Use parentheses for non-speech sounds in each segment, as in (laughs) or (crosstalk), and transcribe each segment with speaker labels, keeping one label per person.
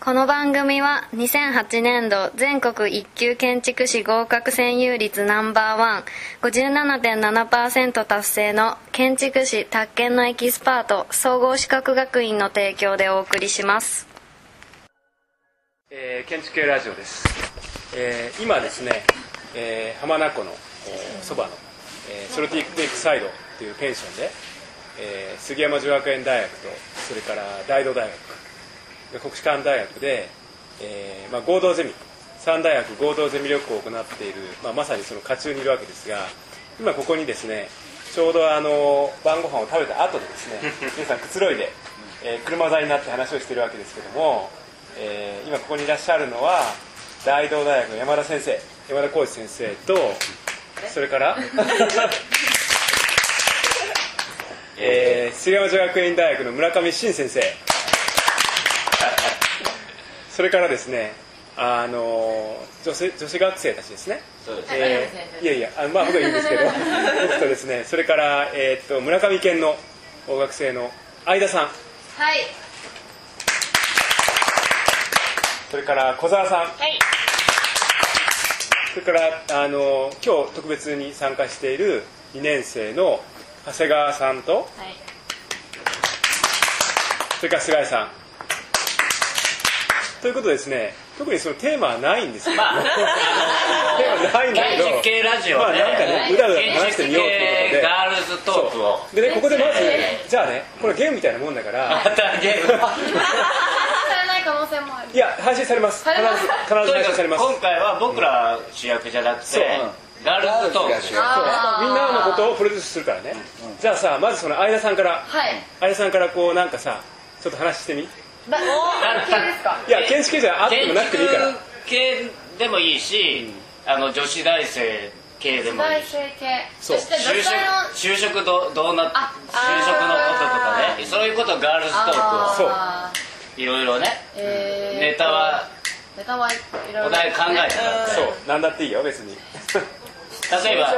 Speaker 1: この番組は2008年度全国一級建築士合格占有率ナンバーワン57.7%達成の建築士宅建のエキスパート総合資格学院の提供でお送りします
Speaker 2: えー建築系ラジオです、えー今ですね、えー浜名湖のえーそば、の、えーソルティークレイクサイドというペンションで、えー杉山女学園大学とそれから大道大学で国士舘大学で、えーまあ、合同ゼミ3大学合同ゼミ旅行を行っている、まあ、まさにその下中にいるわけですが今ここにですねちょうどあの晩ご飯を食べた後でですね皆さんくつろいで、えー車座になって話をしているわけですけども、えー今ここにいらっしゃるのは大道大学の山田先生山田浩二先生とそれから、えー、杉山女学院大学の村上真先生それからですね、あの女性女子学生たちですね。
Speaker 3: そうです
Speaker 2: えーいやいや、あまあ僕はいいんです (laughs) けど、僕とですね、それからえーっと村上県の大学生の相田さん、
Speaker 1: はい
Speaker 2: それから小沢さん、
Speaker 1: はい
Speaker 2: それからあの今日特別に参加している2年生の長谷川さんと、
Speaker 1: はい
Speaker 2: それから菅井さん。ということでですね、特にそのテーマはないんですけど、
Speaker 3: まあ
Speaker 2: (laughs) テーマないんだけど、
Speaker 3: 建築系ラジオ
Speaker 2: まあ
Speaker 3: で、
Speaker 2: なんかね、うだうだと話してみようということ
Speaker 3: 建築系
Speaker 2: で。
Speaker 3: ガールズトークを
Speaker 2: でねここでまずじゃあねこれゲームみたいなもんだから
Speaker 3: またゲーム
Speaker 4: されない可能性もある
Speaker 2: いや配信されます必ず必ず
Speaker 3: とに
Speaker 2: 配
Speaker 3: か
Speaker 2: 信され
Speaker 3: く
Speaker 2: ます
Speaker 3: 今回は僕ら主役じゃなくて、ガールズトークです
Speaker 4: あー
Speaker 2: みんなのことをプロデュースするからねじゃあさまずその相田さんから
Speaker 4: はい
Speaker 2: 相田さんからこうなんかさちょっと話してみい
Speaker 4: だお系ですか
Speaker 2: や建築系じゃあって
Speaker 3: 建
Speaker 2: もなくてもいいから
Speaker 3: 築系でもいいし、あの女子大生系でもい
Speaker 4: 大
Speaker 3: いし
Speaker 4: 成系
Speaker 2: そう
Speaker 4: そして
Speaker 3: 就
Speaker 4: 女性の
Speaker 3: 職就職どどうな
Speaker 4: あ
Speaker 3: 就職のこととか
Speaker 4: あ
Speaker 3: ねそういうことをガールズトー
Speaker 2: そう
Speaker 4: あー
Speaker 3: クをいろいろね
Speaker 4: えー
Speaker 3: ネタは
Speaker 4: ネタはいろいろ
Speaker 3: お題考えてもらって
Speaker 2: そうなんだっていいよ別に
Speaker 3: 例えば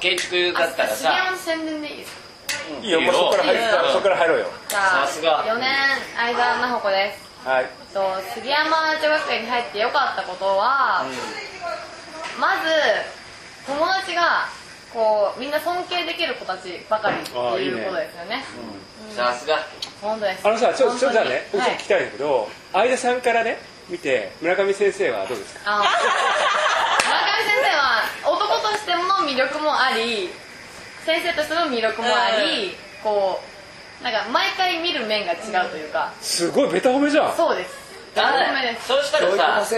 Speaker 3: 建築だったら
Speaker 4: 杉山
Speaker 3: さ
Speaker 4: の宣伝でいいですか
Speaker 2: (laughs) いいよもうそこから入る
Speaker 3: いいよ
Speaker 2: そこから入ろうよ
Speaker 4: じゃあ
Speaker 3: さすが
Speaker 4: 4年相田奈穂子です
Speaker 2: はい
Speaker 4: と杉山女学園に入ってよかったことは、まず友達がこうみんな尊敬できる子たちばかりって
Speaker 2: あーいい
Speaker 4: い
Speaker 2: ね
Speaker 4: うことですよね
Speaker 3: さすが
Speaker 4: 本当です
Speaker 2: あのさちょ
Speaker 4: 本
Speaker 2: ち
Speaker 4: 当
Speaker 2: ょ
Speaker 4: に
Speaker 2: じゃあね僕ちょっ
Speaker 4: はい
Speaker 2: と聞きたいんだけど相田さんからね見て村上先生はどうですか
Speaker 4: あの村上先生は男としての魅力もあり先生としての魅力もあり、こうなんか毎回見る面が違うというか、
Speaker 2: すごいベタ褒めじゃん
Speaker 4: そうです
Speaker 3: だ
Speaker 4: ダメです
Speaker 3: そうしたらさ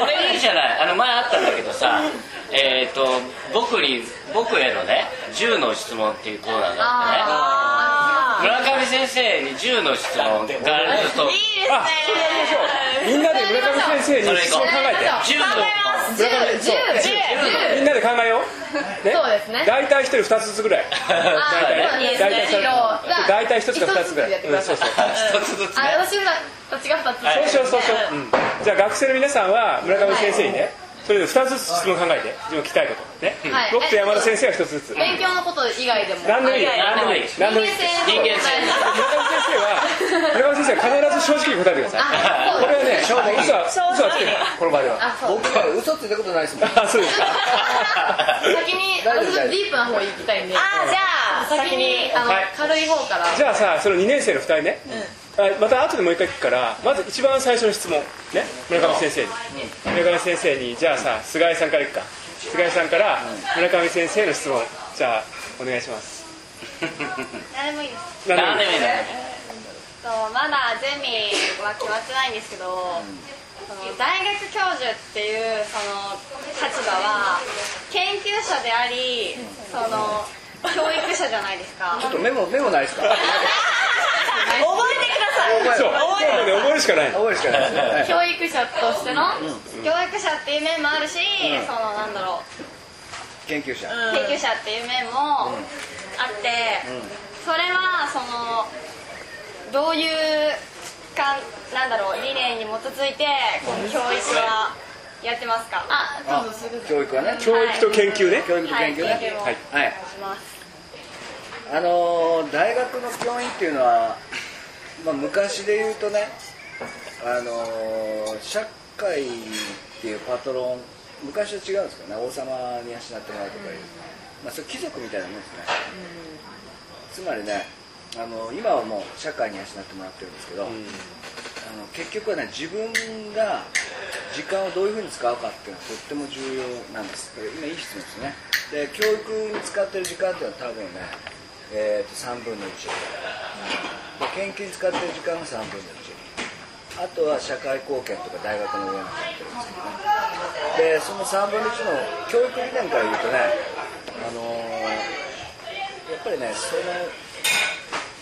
Speaker 3: これいいじゃないあの前あったんだけどさえっと僕に僕へのね10の質問っていうコーナーがあってね
Speaker 4: あ
Speaker 3: 村上先生に10の質問ガールズトーク
Speaker 2: (laughs) あ、それやりましょう。みんなで村上先生に質問考え
Speaker 3: 10の
Speaker 4: ー10 10 10
Speaker 2: て。みんなで考えよう。ね
Speaker 4: そうですね
Speaker 2: 大体一人二つずつぐらい。
Speaker 4: あーそうですね
Speaker 2: 大体
Speaker 4: 一応じゃあ
Speaker 2: 大体一つか二つぐらい。
Speaker 4: 一つずつやってください
Speaker 2: うんそうそう。
Speaker 3: 一つずつ
Speaker 4: あ
Speaker 3: ね
Speaker 4: 私たちが2つ
Speaker 3: はい
Speaker 2: そうしようそうしよう。うんじゃあ学生の皆さんは村上先生にね、それぞれ二つずつ質問考えて、自分が聞きたいこと。ね
Speaker 4: は。い
Speaker 2: 僕と山田先生は一つずつ。
Speaker 4: 勉強のこと以外でも
Speaker 2: 何でもいいよ。
Speaker 3: 何でもいい
Speaker 2: 何でもいい。
Speaker 4: 人間性の
Speaker 2: 村上先生は村上先生は必ず正直に答えてください。
Speaker 4: あ
Speaker 2: こ
Speaker 4: そう
Speaker 2: れ
Speaker 4: で
Speaker 2: はね、
Speaker 4: す
Speaker 2: 嘘は嘘はつけない。この場では。
Speaker 4: あそう
Speaker 5: 僕は嘘って言ったことないですもん
Speaker 2: あ、そうですか。
Speaker 4: 先に私のディープな方行きたいんで
Speaker 6: あじゃあ
Speaker 4: 先にあの
Speaker 2: はい
Speaker 4: 軽い方から
Speaker 2: じゃあさその2年生の2人ね、あまた後でもう一回聞くからまず一番最初の質問ね村上先生に、村上先生にじゃあさ菅井さんからいくか菅井さんから村上先生の質問じゃあお願いします
Speaker 6: 何でもいいです
Speaker 3: 何でもいいの
Speaker 6: とまだゼミは決まってないんですけど、その大学教授っていうその立場は研究者でありその教育者じゃないですか
Speaker 5: ちょっとメモメモないですか
Speaker 2: そうそう
Speaker 5: (laughs) 覚えてください
Speaker 2: もうね覚えるしかないの
Speaker 5: 覚えるしかないですねはい
Speaker 4: 教育者としての
Speaker 6: 教育者っていう面もあるし、そのなんだろう
Speaker 5: 研究者
Speaker 6: 研究者っていう面もあって、それはそのどういうかなんだろう理念に基づいてこう教育はやってますか
Speaker 4: あどうぞすぐ
Speaker 5: 教育はね
Speaker 2: 教育と研究ね、
Speaker 5: 教育と
Speaker 6: はい
Speaker 5: 研究ね
Speaker 6: を
Speaker 2: はい
Speaker 5: はい
Speaker 6: します
Speaker 5: あのー大学の教員っていうのはまあ、昔で言うとね、あのー社会っていうパトロン昔と違うんですけどね王様に養ってもらうとかいう、まあ、それ貴族みたいなもんですね、つまりねあの今はもう社会に養ってもらってるんですけど、あの結局はね自分が時間をどういうふうに使うかっていうのはとっても重要なんですこれ今いい質問ですねで教育に使ってる時間っていうのは多分ね、えーと3分の1で研究に使ってる時間は3分の1あとは社会貢献とか大学の上に使ってるんですけどねでその3分の1の教育理念から言うとねあのーやっぱりねその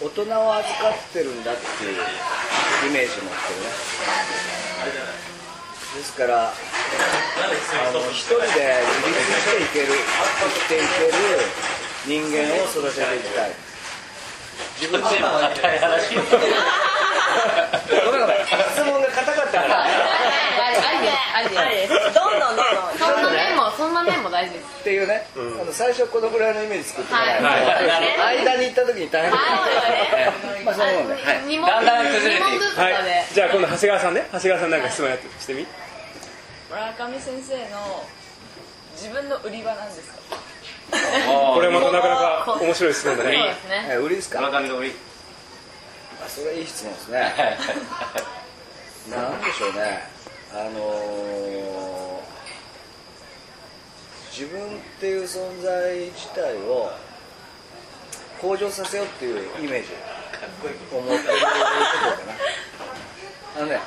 Speaker 5: 大人を預かってるんだっていうイメージ持ってるねですからあ (laughs) の一人で自立していける生きていける人間を育てていきたい自分
Speaker 3: 全部硬い話
Speaker 5: ごめんごめん質問が硬かったからね
Speaker 4: ありですありです
Speaker 7: どんどんどんどん
Speaker 4: そんな面もそんな面も大事です
Speaker 5: っていうね、あの最初このぐらいのイメージ作ってもらえると、
Speaker 3: はい
Speaker 5: はい間に行った時に大変だ
Speaker 4: はい
Speaker 5: けどまあそのもんね、はい
Speaker 4: 2問
Speaker 3: だんだん崩れ
Speaker 4: 二
Speaker 3: ていく
Speaker 4: 問ずつ
Speaker 2: は
Speaker 4: だ
Speaker 2: い
Speaker 4: ね、
Speaker 2: じゃあ今度長谷川さんね長谷川さんなんか質問やってしてみ
Speaker 7: 村上先生の自分の売り場なんですか
Speaker 2: これまたなかなか面白い質問だ
Speaker 3: いい
Speaker 2: ね
Speaker 4: ですね
Speaker 5: え売りですか、
Speaker 3: 村上の売り
Speaker 5: あそれいい質問ですねなんでしょうね、あのー自分っていう存在自体を向上させようっていうイメージを持ってるところかな。あのね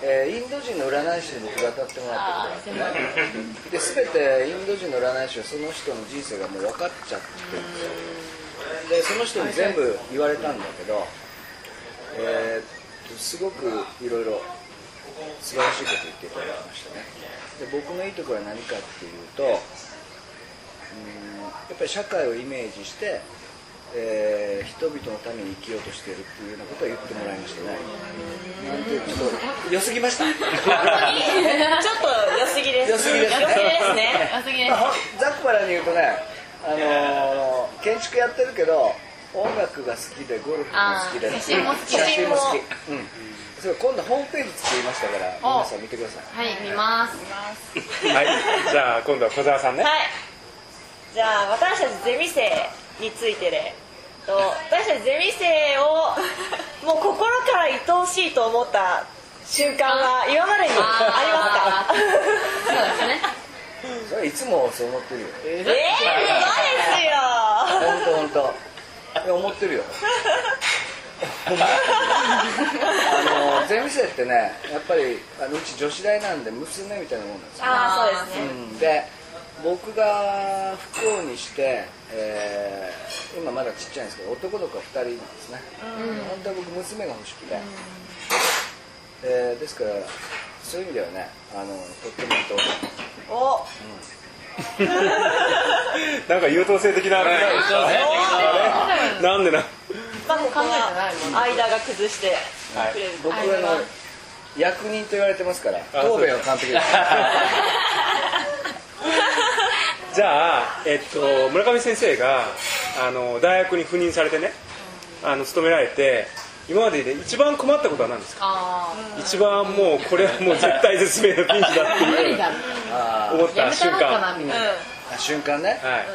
Speaker 5: えーインド人の占い師に僕が当たってもらったことがあってねで全てインド人の占い師はその人の人生がもう分かっちゃってるんですよでその人に全部言われたんだけど、えーっとすごくいろいろ素晴らしいこと言っていただきましたねで僕のいいところは何かっていうとうーんやっぱり社会をイメージして、えー人々のために生きようとしているっていうようなことは言ってもらいましたねなんてちょっと良すぎました
Speaker 7: ちょっと良すぎです
Speaker 5: 良すぎですね
Speaker 7: で
Speaker 4: あ
Speaker 7: すね
Speaker 4: 次です
Speaker 5: まあほんざっくばらに言うとね、あのー建築やってるけど音楽が好きでゴルフも好きで
Speaker 4: あー写真も好き
Speaker 5: 写真も好きうんそれ今度ホームページ作りましたから
Speaker 4: お
Speaker 5: 皆さん見てくださ
Speaker 4: はい
Speaker 5: い
Speaker 4: 見ます
Speaker 2: はいじゃあ今度は小沢さんね
Speaker 7: はいじゃあ私たちゼミ生についてでと私たちゼミ生 (laughs) をもう心から愛おしいと思った瞬間は今までにありま
Speaker 4: そ
Speaker 7: す
Speaker 4: う
Speaker 7: か
Speaker 4: ですね
Speaker 5: それいつもそう思ってるよ
Speaker 7: えー、そうですよ
Speaker 5: 本当本当。いや思って (laughs) るよあのーゼミ生ってねやっぱりあのうち女子大なんで娘みたいなもんなんですよ
Speaker 7: ああそうですね
Speaker 5: うんで僕が不幸にして、えー今まだちっちゃいんですけど男の子が2人なんですね、本当は僕娘が欲しくて、えーですからそういう意味ではねあのとってもいいと思
Speaker 2: (laughs)
Speaker 7: お
Speaker 2: なんか優等生的な
Speaker 3: (laughs)
Speaker 2: なんでな
Speaker 7: まあこ
Speaker 4: 考
Speaker 7: こ
Speaker 4: えてないもん
Speaker 7: は間が崩 (laughs) してくれる
Speaker 5: う僕はあの役人と言われてますから
Speaker 2: あそう
Speaker 5: 答弁は完
Speaker 2: (laughs)
Speaker 5: 璧です
Speaker 2: じゃあ、えっと、村上先生があの大学に赴任されてねあの勤められて今までで一番困ったことは何ですか
Speaker 4: あー
Speaker 2: 一番もうこれはもう絶対絶命のピンチだって
Speaker 4: 無
Speaker 2: い
Speaker 4: 理
Speaker 2: う
Speaker 4: だ
Speaker 5: あ
Speaker 2: 思った
Speaker 4: (laughs) やめた
Speaker 2: 瞬
Speaker 4: のかな
Speaker 2: 間
Speaker 4: みたいな
Speaker 5: ー瞬間ね
Speaker 2: はい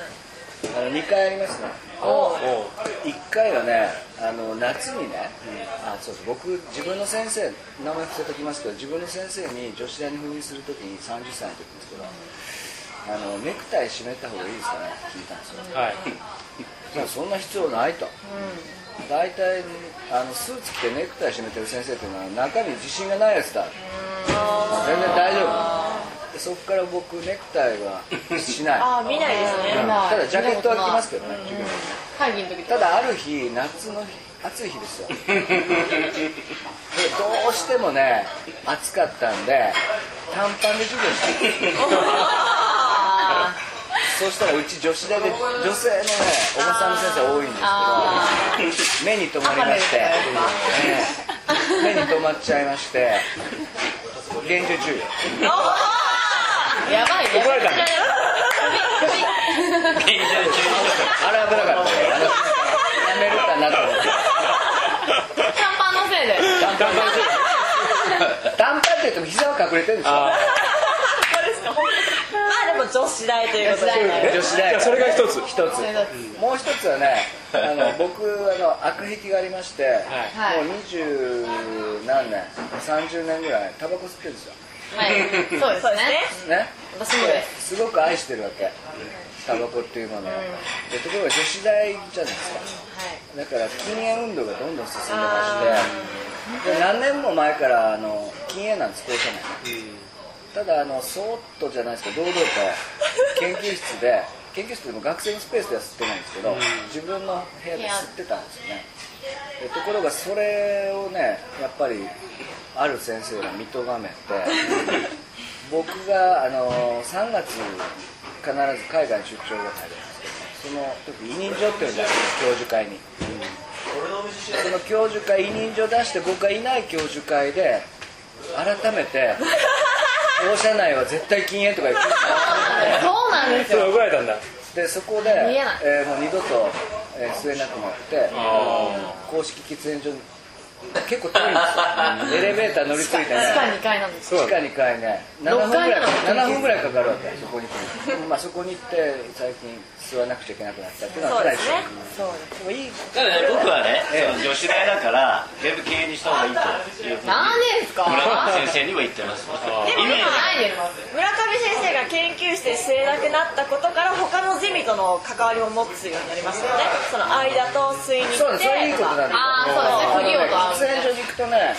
Speaker 5: あの2回ありますね
Speaker 4: お
Speaker 2: おう
Speaker 5: 1回はねあの夏にね、あそうそう僕自分の先生名前伏せときますけど自分の先生に女子大に赴任するときに30歳の時ですけどあのネクタイ締めた方がいいですかねって聞いたんですよ
Speaker 2: はい
Speaker 5: いやそんな必要ないと、大体あのスーツ着てネクタイ締めてる先生っていうのは中身自信がないやつだ全然大丈夫でそこから僕ネクタイはしない
Speaker 7: ああ見ないですね
Speaker 5: うんただジャケットは着ますけどね、
Speaker 4: 会議の時と
Speaker 5: た
Speaker 4: か
Speaker 5: だある日夏の日暑い日ですよでどうしてもね暑かったんで短パンで授業して
Speaker 4: あ
Speaker 5: そうしたらうち女子大で女性のねおばさんの先生多いんですけど目に留まりまして、ええ目に留まっちゃいまして厳重注意
Speaker 4: ーやばいね
Speaker 2: 怒られたね
Speaker 3: 現状中
Speaker 5: あれ危なかったねあのやめるかなと思って
Speaker 4: (laughs) 短パンのないで
Speaker 2: だんだん楽しい
Speaker 5: 短パンって言っても膝は隠れてるんでしょ
Speaker 2: あ
Speaker 7: そうですか本当にまあでも女子大ということで
Speaker 5: そういうね女子大
Speaker 2: じゃあそれが一つ
Speaker 5: 一つもう一つ
Speaker 4: (laughs)
Speaker 5: はねあの僕あの悪癖がありまして、
Speaker 4: はい
Speaker 5: もう二十何年30年ぐらいタバコ吸ってるんですよ
Speaker 4: そうです
Speaker 7: そうです
Speaker 4: ね
Speaker 7: ね
Speaker 5: ね
Speaker 4: 私もです
Speaker 5: すごく愛してるわけタバコっていうものを、でところが女子大じゃないですか、だから禁煙運動がどんどん進んでましてで何年も前からあの禁煙なんです校舎内ただあのそーっとじゃないですけど堂々と研究室で (laughs) 研究室でも学生のスペースでは吸ってないんですけど、自分の部屋で吸ってたんですよねでところがそれをねやっぱりある先生が見とがめ (laughs) て僕があの3月必ず海外に出張が入るんですけど、ね、その時委任状っていうのがあるんです教授会に、その教授会委任状出して僕がいない教授会で改めて校舎内は絶対禁煙とか言って
Speaker 4: そうなんですよ
Speaker 2: そう怒られたんだ
Speaker 5: でそこ
Speaker 4: 見
Speaker 5: で、
Speaker 4: えない
Speaker 5: えーもう二度と、えー吸えなくなって公式喫煙所に結構遠いんです
Speaker 2: (laughs)
Speaker 5: よエレベーター乗り
Speaker 4: 地
Speaker 5: 継い
Speaker 4: 下
Speaker 5: でね
Speaker 4: 地下2階なんです
Speaker 2: そうな
Speaker 5: 地
Speaker 2: ん
Speaker 5: 下
Speaker 2: だ
Speaker 5: 2階ね7分
Speaker 4: 六
Speaker 5: ぐ
Speaker 4: 階
Speaker 5: らい
Speaker 4: なの
Speaker 5: 7分ぐらいかかるわけそこに来る、まあ、そこに行って最近吸わなくちゃいけなくなったっていうのは
Speaker 7: そう
Speaker 5: 辛い
Speaker 7: で
Speaker 5: ですす
Speaker 7: ね
Speaker 5: よ
Speaker 7: そうです
Speaker 5: でもいい
Speaker 3: だからね僕はね、
Speaker 5: ええ
Speaker 3: その女子大だから全部敬遠にした方がいいというふうに
Speaker 4: なんでですか
Speaker 3: 村上先生には言ってます
Speaker 7: でも
Speaker 3: イメージ
Speaker 7: 今
Speaker 4: ないです
Speaker 7: 村上先生が研究室で吸えなくなったことから他のゼミとの関わりを持つようになりましたよねその間と吸いに
Speaker 5: そうなんです
Speaker 7: 行っ
Speaker 5: それいい
Speaker 7: て
Speaker 5: ことなんですよ
Speaker 4: あーそうですね
Speaker 5: あの
Speaker 4: 国を
Speaker 5: 喫煙所に行くとねあの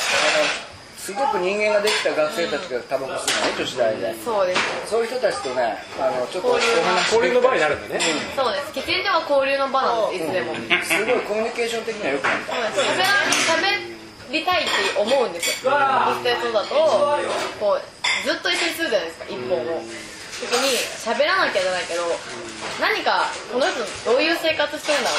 Speaker 5: すごく人間ができた学生たちがタバコ吸うのね女子大で
Speaker 4: そうです
Speaker 5: そういう人たちとねあのちょっとお話
Speaker 2: 交流の場になるんだね
Speaker 4: そうです喫煙所は交流の場なんですいつでもそうです
Speaker 5: すごいコミュニケーション的にはよくなった
Speaker 4: 喋ら喋りたいって思うんですよ喫煙所だとこうずっと一緒にするじゃないですか一本を時に喋らなきゃじゃないけど何かこの人どういう生活してるんだろ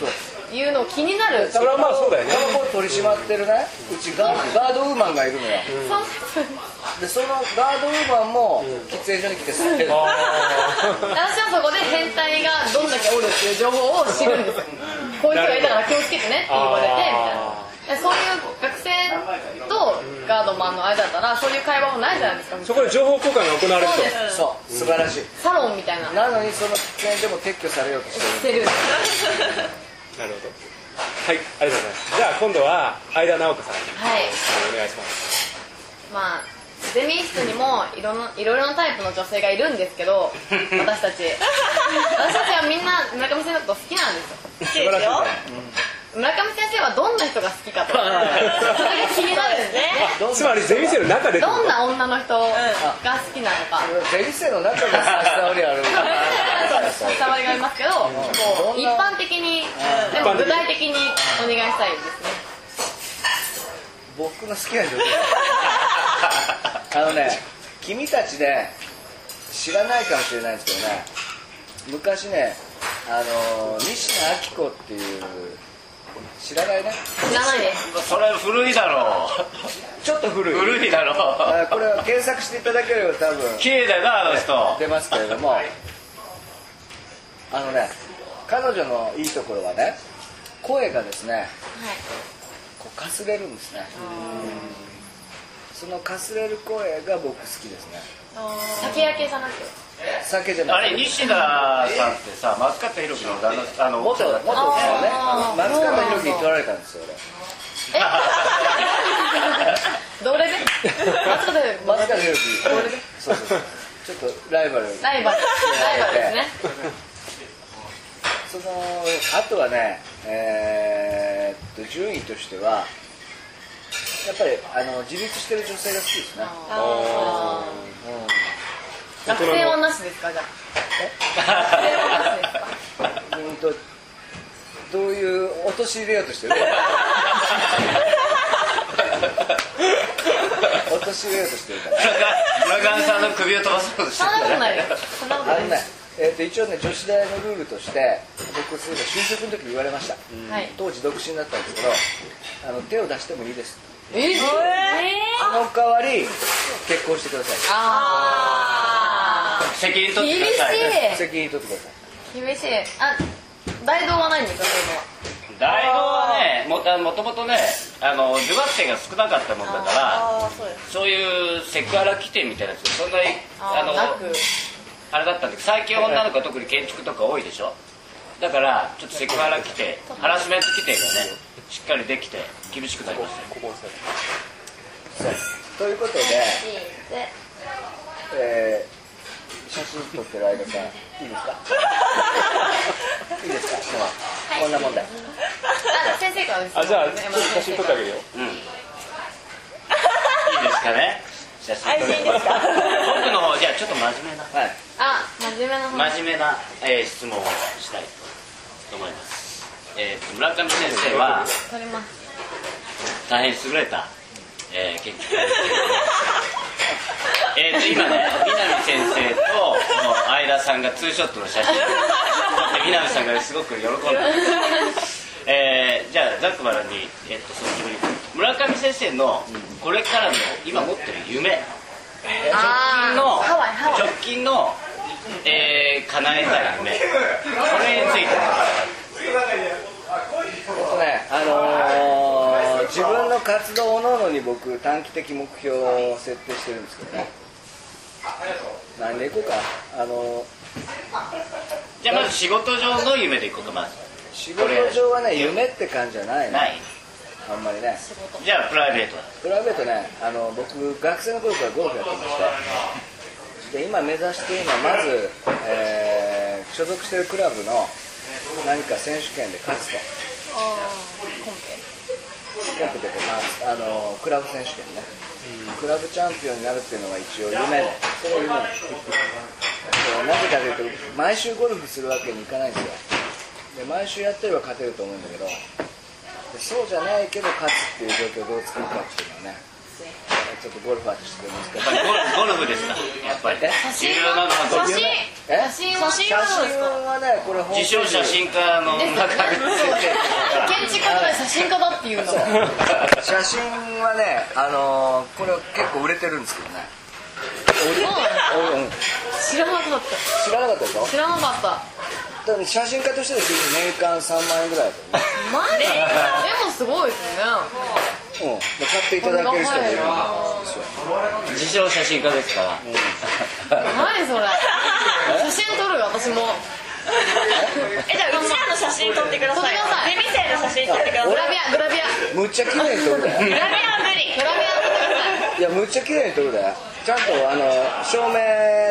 Speaker 5: そ
Speaker 4: う
Speaker 5: う
Speaker 4: かいうのを気になる
Speaker 2: それはまあそうだよね
Speaker 5: タバコを取り締まってるねうちガーガードウーマンがいるのよ
Speaker 4: そう
Speaker 5: でそのガードウーマンも喫煙所に来て吸ってる
Speaker 2: あ
Speaker 4: 私はそこで変態がどんだけおるっていう情報を知るんですよこういう人がいたから気をつけてねって言われてみたいなそういう学生とガードマンの間だったらそういう会話もないじゃないですか
Speaker 2: ー (laughs) そこで情報交換が行われる
Speaker 4: そうで
Speaker 2: と
Speaker 4: す
Speaker 5: そう素晴らしい
Speaker 4: サロンみたいな
Speaker 5: なのにその喫煙所も撤去されようとしてる
Speaker 4: してる
Speaker 2: なるほどはいありがとうございますじゃあ今度は相田直子さん
Speaker 4: はい
Speaker 2: お願いします
Speaker 4: まあゼミ室にもいろんないろいろなタイプの女性がいるんですけど私たち私たちはみんな村上先生のこと好きなんですよ
Speaker 7: きですよ
Speaker 4: 村上先生はどんな人が好きかとかそれが気になるんですね
Speaker 5: どんな
Speaker 2: つまりゼミ生の中でってこと
Speaker 4: どんな女の人が好きなのか
Speaker 5: ゼリセの中で差し障りある
Speaker 4: そういう触りがありますけどこう (laughs) 一般的にでも具体的にお願いしたいですね
Speaker 5: 僕の好きな女性 (laughs) あのね君たちね知らないかもしれないんですけどね昔ねあの西野明子っていう知らないね
Speaker 4: 知らないです
Speaker 3: それは古いだろ
Speaker 5: ちょっと古
Speaker 3: う
Speaker 5: い
Speaker 3: 古いだろ
Speaker 5: あ
Speaker 3: う
Speaker 5: これは検索していただければ多分
Speaker 3: 綺麗だよなあの人
Speaker 5: 出ますけれどもあのね彼女のいいところはね声がですねこうかすれるんですねそのかすれる声が僕好きですね
Speaker 4: 酒焼けじゃなくて
Speaker 5: 酒じゃ
Speaker 3: あ
Speaker 5: ない
Speaker 3: れ西田さんってさ松方弘樹の旦那あの
Speaker 5: 元元ですよね
Speaker 4: あー
Speaker 5: 松方弘樹に取られたんですよ
Speaker 4: え (laughs) どれで松方で
Speaker 5: 俺松方弘樹そうそうそうちょっとライバル
Speaker 4: ライバルライバルですね
Speaker 5: そのあとはねえーっと順位としてはやっぱりあの自立してる女性が好きですね
Speaker 4: あー学生はなしですかじゃ
Speaker 5: うんとどういう陥れようとし
Speaker 4: (laughs)
Speaker 5: てる陥れようとしてるから
Speaker 3: 村上さんの首を飛ばそうとして
Speaker 4: (laughs) あそんなこ
Speaker 3: る
Speaker 4: とないですそんなこと
Speaker 5: あ
Speaker 4: な
Speaker 5: の
Speaker 4: い
Speaker 5: ね
Speaker 4: です、
Speaker 5: えー、と一応ね女子大のルールとして僕そういえば就職の時に言われました、
Speaker 4: はい
Speaker 5: 当時独身だったんですけどあの手を出してもいいです
Speaker 4: えー
Speaker 5: その代わり結婚してくださ
Speaker 4: あー
Speaker 3: 責任
Speaker 4: 厳
Speaker 3: 取
Speaker 4: し
Speaker 3: って
Speaker 4: い
Speaker 3: ください
Speaker 5: い責任取ってください
Speaker 4: 厳しいあ大道はないんですかそういうのは
Speaker 3: 大五はねもあのもともとねあの女学生が少なかったもんだから
Speaker 7: ああそうです
Speaker 3: そういうセクハラ規定みたいなやつそんなにあの
Speaker 4: なく
Speaker 3: あれだったんで最近女の子は特に建築とか多いでしょだからちょっとセクハラ規定ハラスメント規定がねしっかりできて厳しくなりましたよ
Speaker 2: ここ押さえて
Speaker 5: ということで、えー写真撮ってる間さいいです
Speaker 4: (laughs)
Speaker 5: かいいですか今こんなもんだ
Speaker 4: あ先生からです
Speaker 2: あじゃあちょっ
Speaker 4: ね
Speaker 2: と写真撮ってあげるよ
Speaker 7: (laughs)
Speaker 3: うんいいですかね写真撮れ
Speaker 7: はいいいですか
Speaker 3: 僕の方じゃあちょっと真面目な
Speaker 4: あ真面目な話
Speaker 3: 真面目な、えー質問をしたいと思います、えーと村上先生は
Speaker 4: 撮ります
Speaker 3: 大変優れた、えー研究家ですけれどもえーと今ね南先生とこの相田さんがツーショットの写真を撮って南さんがすごく喜んでます、えーじゃあざっくばらんに、えー、とその自分に村上先生のこれからの今持ってる夢、
Speaker 4: あ
Speaker 3: の
Speaker 4: ハワイハワイ
Speaker 3: 直近の、えー、叶えたい夢これについて
Speaker 5: ねあのー自分の活動おののに僕短期的目標を設定してるんですけどね何でいこうかあのー
Speaker 3: じゃあまず仕事上の夢でいこうかまず
Speaker 5: 仕事上はね夢って感じじゃないね
Speaker 3: ない
Speaker 5: あんまりね
Speaker 3: じゃあプライベートだ
Speaker 5: プライベートねあの僕学生の頃からゴルフやってましてで今目指して今まず、えー所属してるクラブの何か選手権で勝つとコンペコンペでこう、まあ、あのクラブ選手権ねクラブチャンピオンになるっていうのが一応夢でそれを夢でそうなぜかというと毎週ゴルフするわけにいかないんですよで毎週やってれば勝てると思うんだけどでそうじゃないけど勝つっていう状況をどう作るかっていうのはねちょっとゴルファーとして難
Speaker 3: やっぱりゴルフゴルフ
Speaker 5: しい
Speaker 3: ですかやっぱり
Speaker 5: え
Speaker 3: 重要なのは
Speaker 4: 写真
Speaker 5: え
Speaker 4: 写真は
Speaker 5: 写真はねこれ本
Speaker 3: 自称写真家の
Speaker 4: です
Speaker 3: 村上先生
Speaker 4: 建築家とか写真家だっていうのは
Speaker 5: 写真はねあのーこれ結構売れてるんですけどねおうん
Speaker 4: 知らなかっ
Speaker 5: 知らなかったでしょ
Speaker 4: た知らなかった
Speaker 5: だから写真家としてですよ年間3万円ぐらいだと思
Speaker 4: マジでもすごいですね
Speaker 5: う、うん、で買っていただける人もいるんですよ
Speaker 3: 自称写真家ですから
Speaker 4: 何それ写真撮るよ私も
Speaker 5: (laughs)
Speaker 7: えじゃあうちらの写真撮ってくださ
Speaker 4: 撮って
Speaker 7: い
Speaker 4: ください
Speaker 7: ゼミ生の写真撮ってください
Speaker 4: グラビアグラビア
Speaker 5: むっちゃ綺麗に撮るだよ
Speaker 7: グラビアは無理
Speaker 4: グラビア撮ってください
Speaker 5: いやむっちゃ綺麗に撮るだよちゃんとあの照明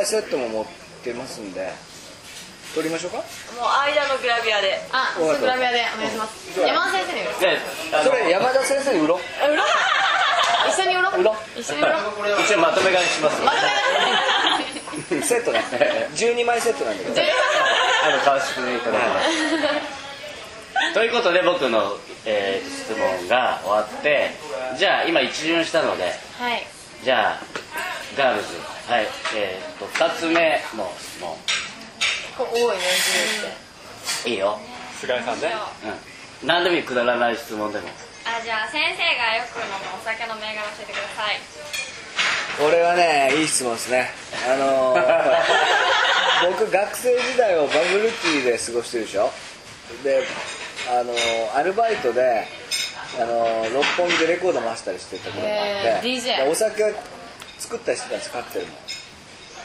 Speaker 5: セットも持ってますんで撮りましょうか
Speaker 7: もう間のグラビアで
Speaker 4: あ、ちょっとグラビアでお願いします。
Speaker 5: うん
Speaker 4: 山田先生に売ろ
Speaker 3: であ
Speaker 5: そ
Speaker 3: の
Speaker 5: れ山田先生に売ろう
Speaker 4: う。一緒に売ろう。一緒に売ろう。
Speaker 3: 一応まとめ買いします
Speaker 4: まとめだ
Speaker 5: セットね12枚セットなんだけど
Speaker 3: あの買わせていただきます。ということで僕の、えー質問が終わってじゃあ今一巡したので
Speaker 4: はい。
Speaker 3: じゃあガールズはいえー、と2つ目の質問
Speaker 4: こう多いね、
Speaker 3: いいよ、
Speaker 2: 菅井さんね
Speaker 3: うん、何でもいいくだらない質問でも
Speaker 6: あじゃあ先生がよく飲むお酒の銘柄教えてください
Speaker 5: これはねいい質問ですねあ
Speaker 4: (laughs)
Speaker 5: のー僕学生時代をバブル期で過ごしてるでしょであのーアルバイトであのー六本木でレコード回したりしてた頃もあって、
Speaker 4: へー DJ
Speaker 5: でお酒を作ったりしてたんですカクテルも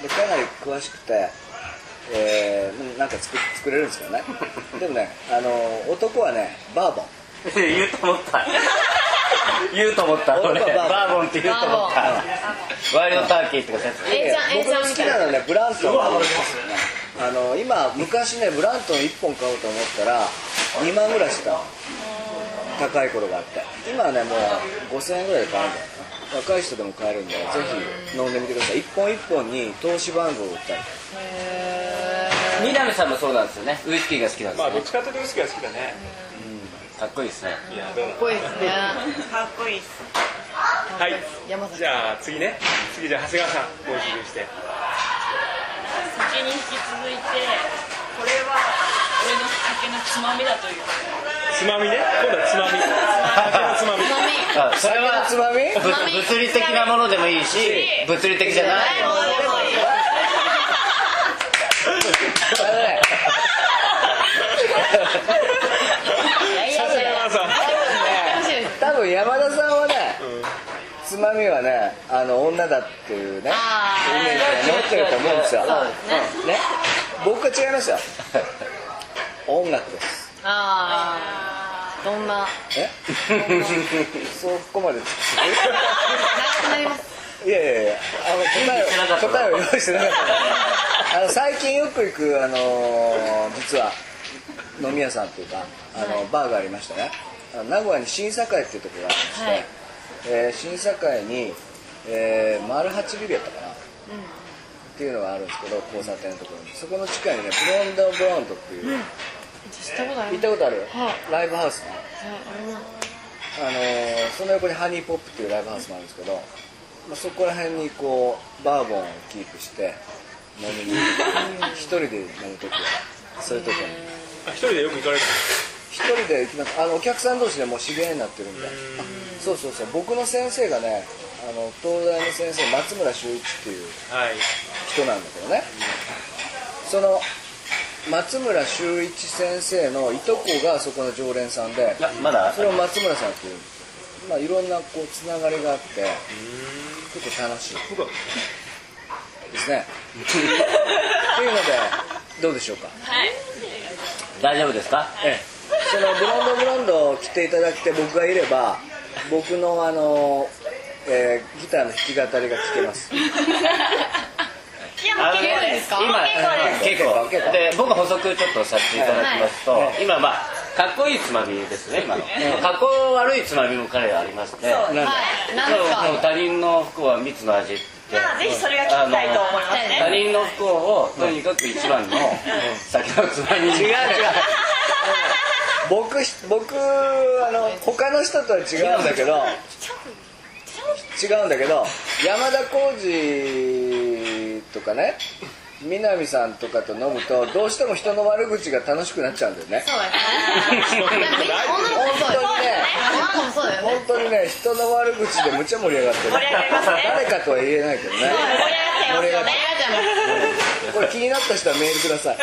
Speaker 5: でかなり詳しくてえーなんか作作れるんですよねでもね、あのー男はねバーボン
Speaker 3: (laughs) 言うと思った言うと思った俺
Speaker 5: 俺
Speaker 3: バーボンって言うと思ったワイルドターキーってことやつ
Speaker 4: A ちゃん、A
Speaker 5: 僕
Speaker 4: ち
Speaker 5: の
Speaker 4: ゃん
Speaker 5: 好
Speaker 4: み
Speaker 5: き
Speaker 4: たい
Speaker 5: な
Speaker 4: な。
Speaker 5: のねブラントンなんですよねあの今昔ねブラントン1本買おうと思ったら2万ぐらいしたの高い頃があって今はねもう5000円ぐらいで買えるんだよな若い人でも買えるんでぜひ飲んでみてください1本1本に投資番号を打ったり
Speaker 3: 南さんもそうなんですよねウイスキーが好きなんで
Speaker 2: ますあ
Speaker 3: よ
Speaker 2: どっ
Speaker 3: ね
Speaker 2: ちかというとウスキーが好きだね
Speaker 3: かっこいいですね
Speaker 2: いやどうも
Speaker 4: かっこいいですね。
Speaker 7: かっこいいっす
Speaker 2: はい
Speaker 4: 山崎
Speaker 2: じゃあ次ね次じゃあ長谷川さんご一緒して
Speaker 8: 酒に引き続いてこれは俺の酒のつまみだという
Speaker 2: つまみね今度はつまみ酒のつまみ
Speaker 4: つまみ。
Speaker 3: あそれは
Speaker 5: つまみ
Speaker 3: ぶ物理的なものでもいいし物理的じゃない
Speaker 4: ないものでもいい。
Speaker 5: あのね
Speaker 4: いやいやいや
Speaker 5: つまみはねあの女だっていうね
Speaker 4: あー
Speaker 5: イメージが持ってると思うんですよ
Speaker 4: そうですね
Speaker 5: うんね僕は違いますよ音楽です
Speaker 4: ああどんな
Speaker 5: え (laughs) そこまで
Speaker 4: 長くなります
Speaker 5: いやいやいやあの答えを答えを用意してなかったあの最近よく行くあの実は飲み屋さんというかあの、バーがありましたねあの名古屋に新栄っていうところがありまして、
Speaker 4: はい
Speaker 5: えー新栄に、えー、丸八ビルやったかな、っていうのがあるんですけど交差点のところにそこの近いにねブロンドブラウンドっていう、
Speaker 4: 知ったことあ
Speaker 5: 行
Speaker 4: り
Speaker 5: っ
Speaker 4: ま
Speaker 5: たことある、
Speaker 4: はい
Speaker 5: ライブハウスね
Speaker 4: すはいあります
Speaker 5: あのーその横にハニーポップっていうライブハウスもあるんですけど、まあ、そこら辺にこうバーボンをキープして飲みに行く一人で飲む時はそういう時は
Speaker 2: あ一人でよく行かれる
Speaker 5: 一人で行きますあのお客さん同士でもう知り合いになってるんであそうそうそう僕の先生がねあの東大の先生松村修一っていう
Speaker 2: はい
Speaker 5: 人なんだけどねその松村修一先生のいとこがそこの常連さんで
Speaker 3: あまだ
Speaker 5: それを松村さんっていうんですよまあいろんなこうつながりがあって結構楽しいですねっていうのでどうでしょうか
Speaker 3: 大丈夫ですか
Speaker 5: ええそのブロンドブロンドを着ていただいて僕がいれば僕のあの、えーギターの弾き語りが聴けます
Speaker 3: あの
Speaker 4: 結構ですか
Speaker 3: 今結構
Speaker 5: 結構
Speaker 3: で僕補足ちょっとさせていただきますと、今まあかっこいいつまみですね今のかっこ悪いつまみも彼はありまして
Speaker 7: そう
Speaker 5: なんだ
Speaker 4: はいなん
Speaker 3: そうもう
Speaker 4: か
Speaker 3: 他人の不幸は蜜の味って
Speaker 7: まあぜひそれが聞きたいと思います
Speaker 3: あの
Speaker 7: ね
Speaker 3: 他人の不幸をとにかく一番の酒のつまみに
Speaker 5: 違う違う僕ひ僕あの他の人とは違うんだけど違うんだけど山田浩二とかね南さんとかと飲むとどうしても人の悪口が楽しくなっちゃうんだよね
Speaker 4: そうですねなんかみんな女の子もそうです
Speaker 5: 本当に
Speaker 4: 女の
Speaker 5: ね
Speaker 4: 子もそうだよね
Speaker 5: 本当にね人の悪口でむちゃ盛り上がってる
Speaker 7: 盛り上がりますね
Speaker 5: 誰かとは言えないけどね
Speaker 7: 盛り上がっちゃいますよね
Speaker 5: これ気になった人はメールください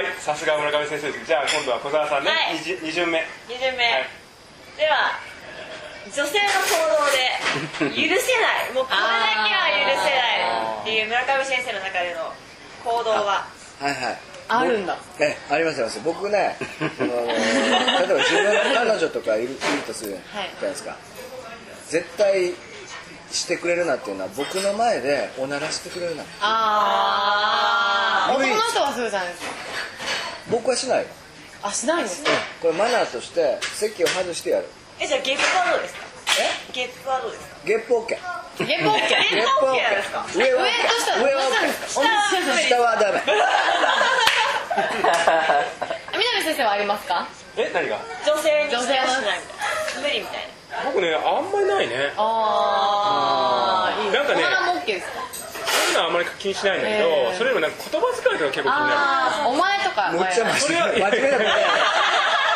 Speaker 2: はいさすが村上先生ですじゃあ今度は小沢さんね、
Speaker 7: はい
Speaker 2: 二 2, 巡目はい
Speaker 7: 2巡目、では女性の行動で許せないもうこれだけは許せないっていう村上先生の中での行動は
Speaker 5: はいはい
Speaker 4: あるんだ
Speaker 5: えありますあります僕ね、あ (laughs) の例えば自分の彼女とかいるいるとするじゃないですか、絶対してくれるなっていうのは僕の前でおならしてくれるな
Speaker 4: ああ
Speaker 5: 無理
Speaker 4: 男の人はそうじゃないですか
Speaker 5: 僕はしないよ
Speaker 4: あしないんですね
Speaker 5: これマナーとして席を外してやる
Speaker 7: えじゃあゲップはどうですかゲップはどうですか
Speaker 5: ゲップ OK ゲ
Speaker 4: ゲップ OK
Speaker 5: ップ OK ですか上は OK
Speaker 4: 上と下は
Speaker 5: 上は
Speaker 4: どうしたんですか
Speaker 5: OK 下はダメ
Speaker 4: 南先生はありますか
Speaker 2: え何が
Speaker 7: 女性にしてはしないみたいな無理みたいな
Speaker 2: 僕ねあんまりないね
Speaker 4: ああいい
Speaker 2: なんかね
Speaker 4: 大人も OK ですか
Speaker 2: そういうのはあんまり気にしないんだけど、
Speaker 4: ええ
Speaker 2: それよりもなんか言葉遣いが結構気になる
Speaker 4: ああお前とか
Speaker 5: むっちゃ真面目
Speaker 2: それは
Speaker 5: 真面目だったね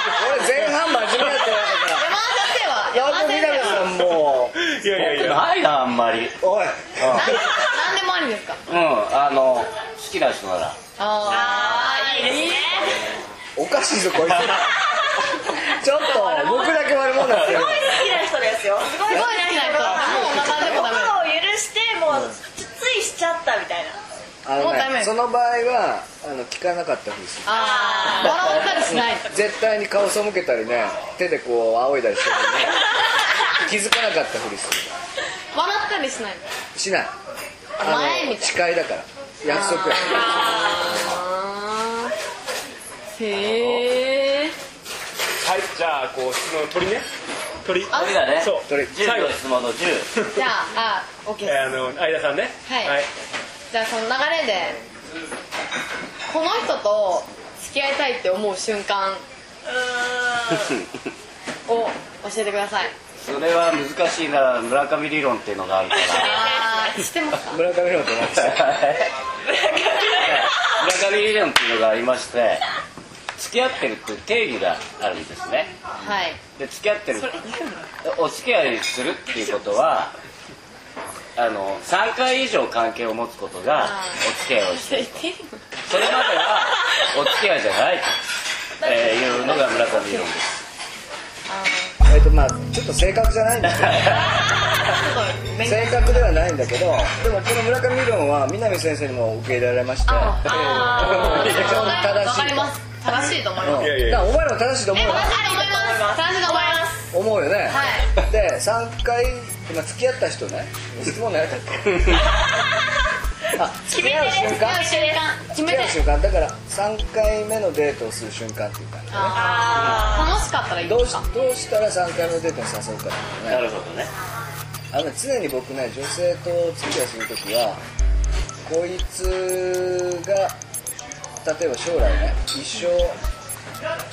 Speaker 5: 俺前半真面目だったよだ
Speaker 4: 山
Speaker 5: か
Speaker 4: 田先生は山田
Speaker 5: ら山本み
Speaker 4: 先
Speaker 5: なみ
Speaker 4: 生は
Speaker 5: さんも
Speaker 2: いやいやいや
Speaker 3: ないなあんまりうん
Speaker 5: おい
Speaker 4: 何でもありですか
Speaker 3: あの好きな人なら
Speaker 4: あ
Speaker 7: あいいですね
Speaker 5: おかしいぞこ
Speaker 4: (laughs)
Speaker 5: いつちょっと僕だけ悪者だって
Speaker 7: す
Speaker 5: る
Speaker 7: ごい好きな人ですよすごい好きな人
Speaker 4: すごい好きな人もう
Speaker 7: 心を許してもうついしちゃったみたいな
Speaker 5: あ
Speaker 4: も
Speaker 5: の
Speaker 4: うダ
Speaker 5: ね
Speaker 4: メ
Speaker 5: その場合はあの聞かなかったふりす
Speaker 4: あ
Speaker 5: る
Speaker 4: ああ笑ったりしない
Speaker 5: 絶対に顔背けたりね手でこう仰いだりして
Speaker 4: (laughs)
Speaker 5: るのに気づかなかったふりする
Speaker 4: 笑ったりしない
Speaker 5: しない
Speaker 4: お前みたいな
Speaker 5: 誓いだから約束や
Speaker 4: あーへえ
Speaker 2: はいじゃあこう質問鳥ね鳥
Speaker 4: あ
Speaker 3: それがね
Speaker 2: そう
Speaker 5: 鳥
Speaker 2: 最
Speaker 3: 10
Speaker 2: 後
Speaker 3: の質問の10
Speaker 4: じゃああ OK
Speaker 2: えーあの相田さんね
Speaker 4: はいじゃあその流れでこの人と付き合いたいって思う瞬間を教えてください
Speaker 3: それは難しいな村上理論っていうのがあるから
Speaker 4: あー知ってますか
Speaker 5: 村上のと思ってた
Speaker 3: 村上理論っていうのがありまして付き合ってるっていう定義があるんですね
Speaker 4: はい
Speaker 3: で付き合ってるお付き合いするっていうことはあの3回以上関係を持つことがお付き合いをしているそれまでは (laughs) お付き合いじゃないと、えーいうのが村上理論です
Speaker 5: えっとまあちょっと正確じゃないんですけど正確ではないんだけどでもこの村上理論は南先生にも受け入れられまして
Speaker 4: あー
Speaker 5: (laughs) 非常に正
Speaker 4: わ
Speaker 5: し
Speaker 4: か
Speaker 5: い
Speaker 4: ります正しいと思い
Speaker 5: うん
Speaker 4: ます
Speaker 2: いやいやい
Speaker 5: だ
Speaker 2: や
Speaker 5: からお前らも正しいと思うよ
Speaker 4: 正しいと思います正しいと思います
Speaker 5: 思うよね、
Speaker 4: は
Speaker 5: で3回今付き合った人ね質問ないかった
Speaker 4: (laughs)
Speaker 5: あ付き合う瞬間
Speaker 4: 一瞬決
Speaker 5: 付
Speaker 4: め
Speaker 5: き
Speaker 4: て
Speaker 5: 合う瞬間だから3回目のデートをする瞬間っていうか
Speaker 4: 楽しかったらいい
Speaker 5: どう
Speaker 4: です
Speaker 5: し
Speaker 4: か
Speaker 5: どうしたら3回目のデートに誘うかっていう
Speaker 3: (laughs) な
Speaker 5: のね
Speaker 3: るほどね
Speaker 5: あのね常に僕ね女性と付き合いするときはこいつが例えば将来ね一生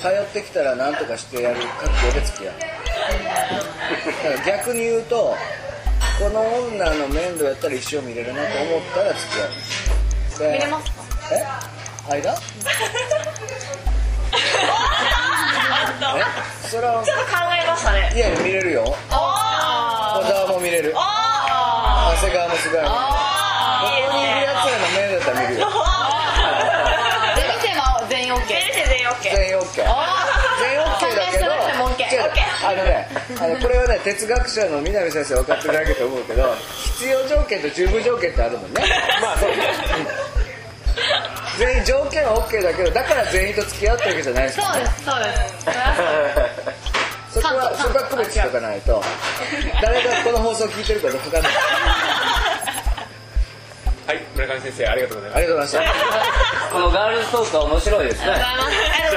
Speaker 5: 通ってきたら何とかしてやる覚悟で付き合う (laughs) だから逆に言うとこの女の面倒やったら一生見れるなと思ったら付き合うで
Speaker 4: 見れますか
Speaker 5: え
Speaker 4: (laughs)
Speaker 5: 間えそれは
Speaker 7: ちょっと考えましたね
Speaker 5: いや見れるよ小沢も見れる長谷川もすごいここにいるやつらの面倒だったら見るよ
Speaker 4: ゼミ生は全員 OK
Speaker 7: 先生で OK
Speaker 5: 全員 OK 全員 OK だけど
Speaker 4: 関係者なくても OK
Speaker 5: 違うあのねあのこれはね哲学者の南先生分かってるだけと思うけど必要条件と十分条件ってあるもんね
Speaker 2: まあそうね
Speaker 5: 全員条件は OK だけどだから全員と付き合うってわけじゃないです
Speaker 4: そうですそうです
Speaker 5: そこはそこは区別しておかないと誰がこの放送聞いてるかどうか分かんない
Speaker 2: はい村上先生ありがとうございま
Speaker 5: あ
Speaker 2: す
Speaker 5: りがとうございました
Speaker 3: このガールズトークは面白いですね
Speaker 2: じゃあこ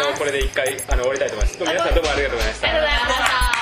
Speaker 2: れはあのこれで一回あの終わりたいと思いますどうも皆さんどうもありがとうございました
Speaker 4: ありがとうございました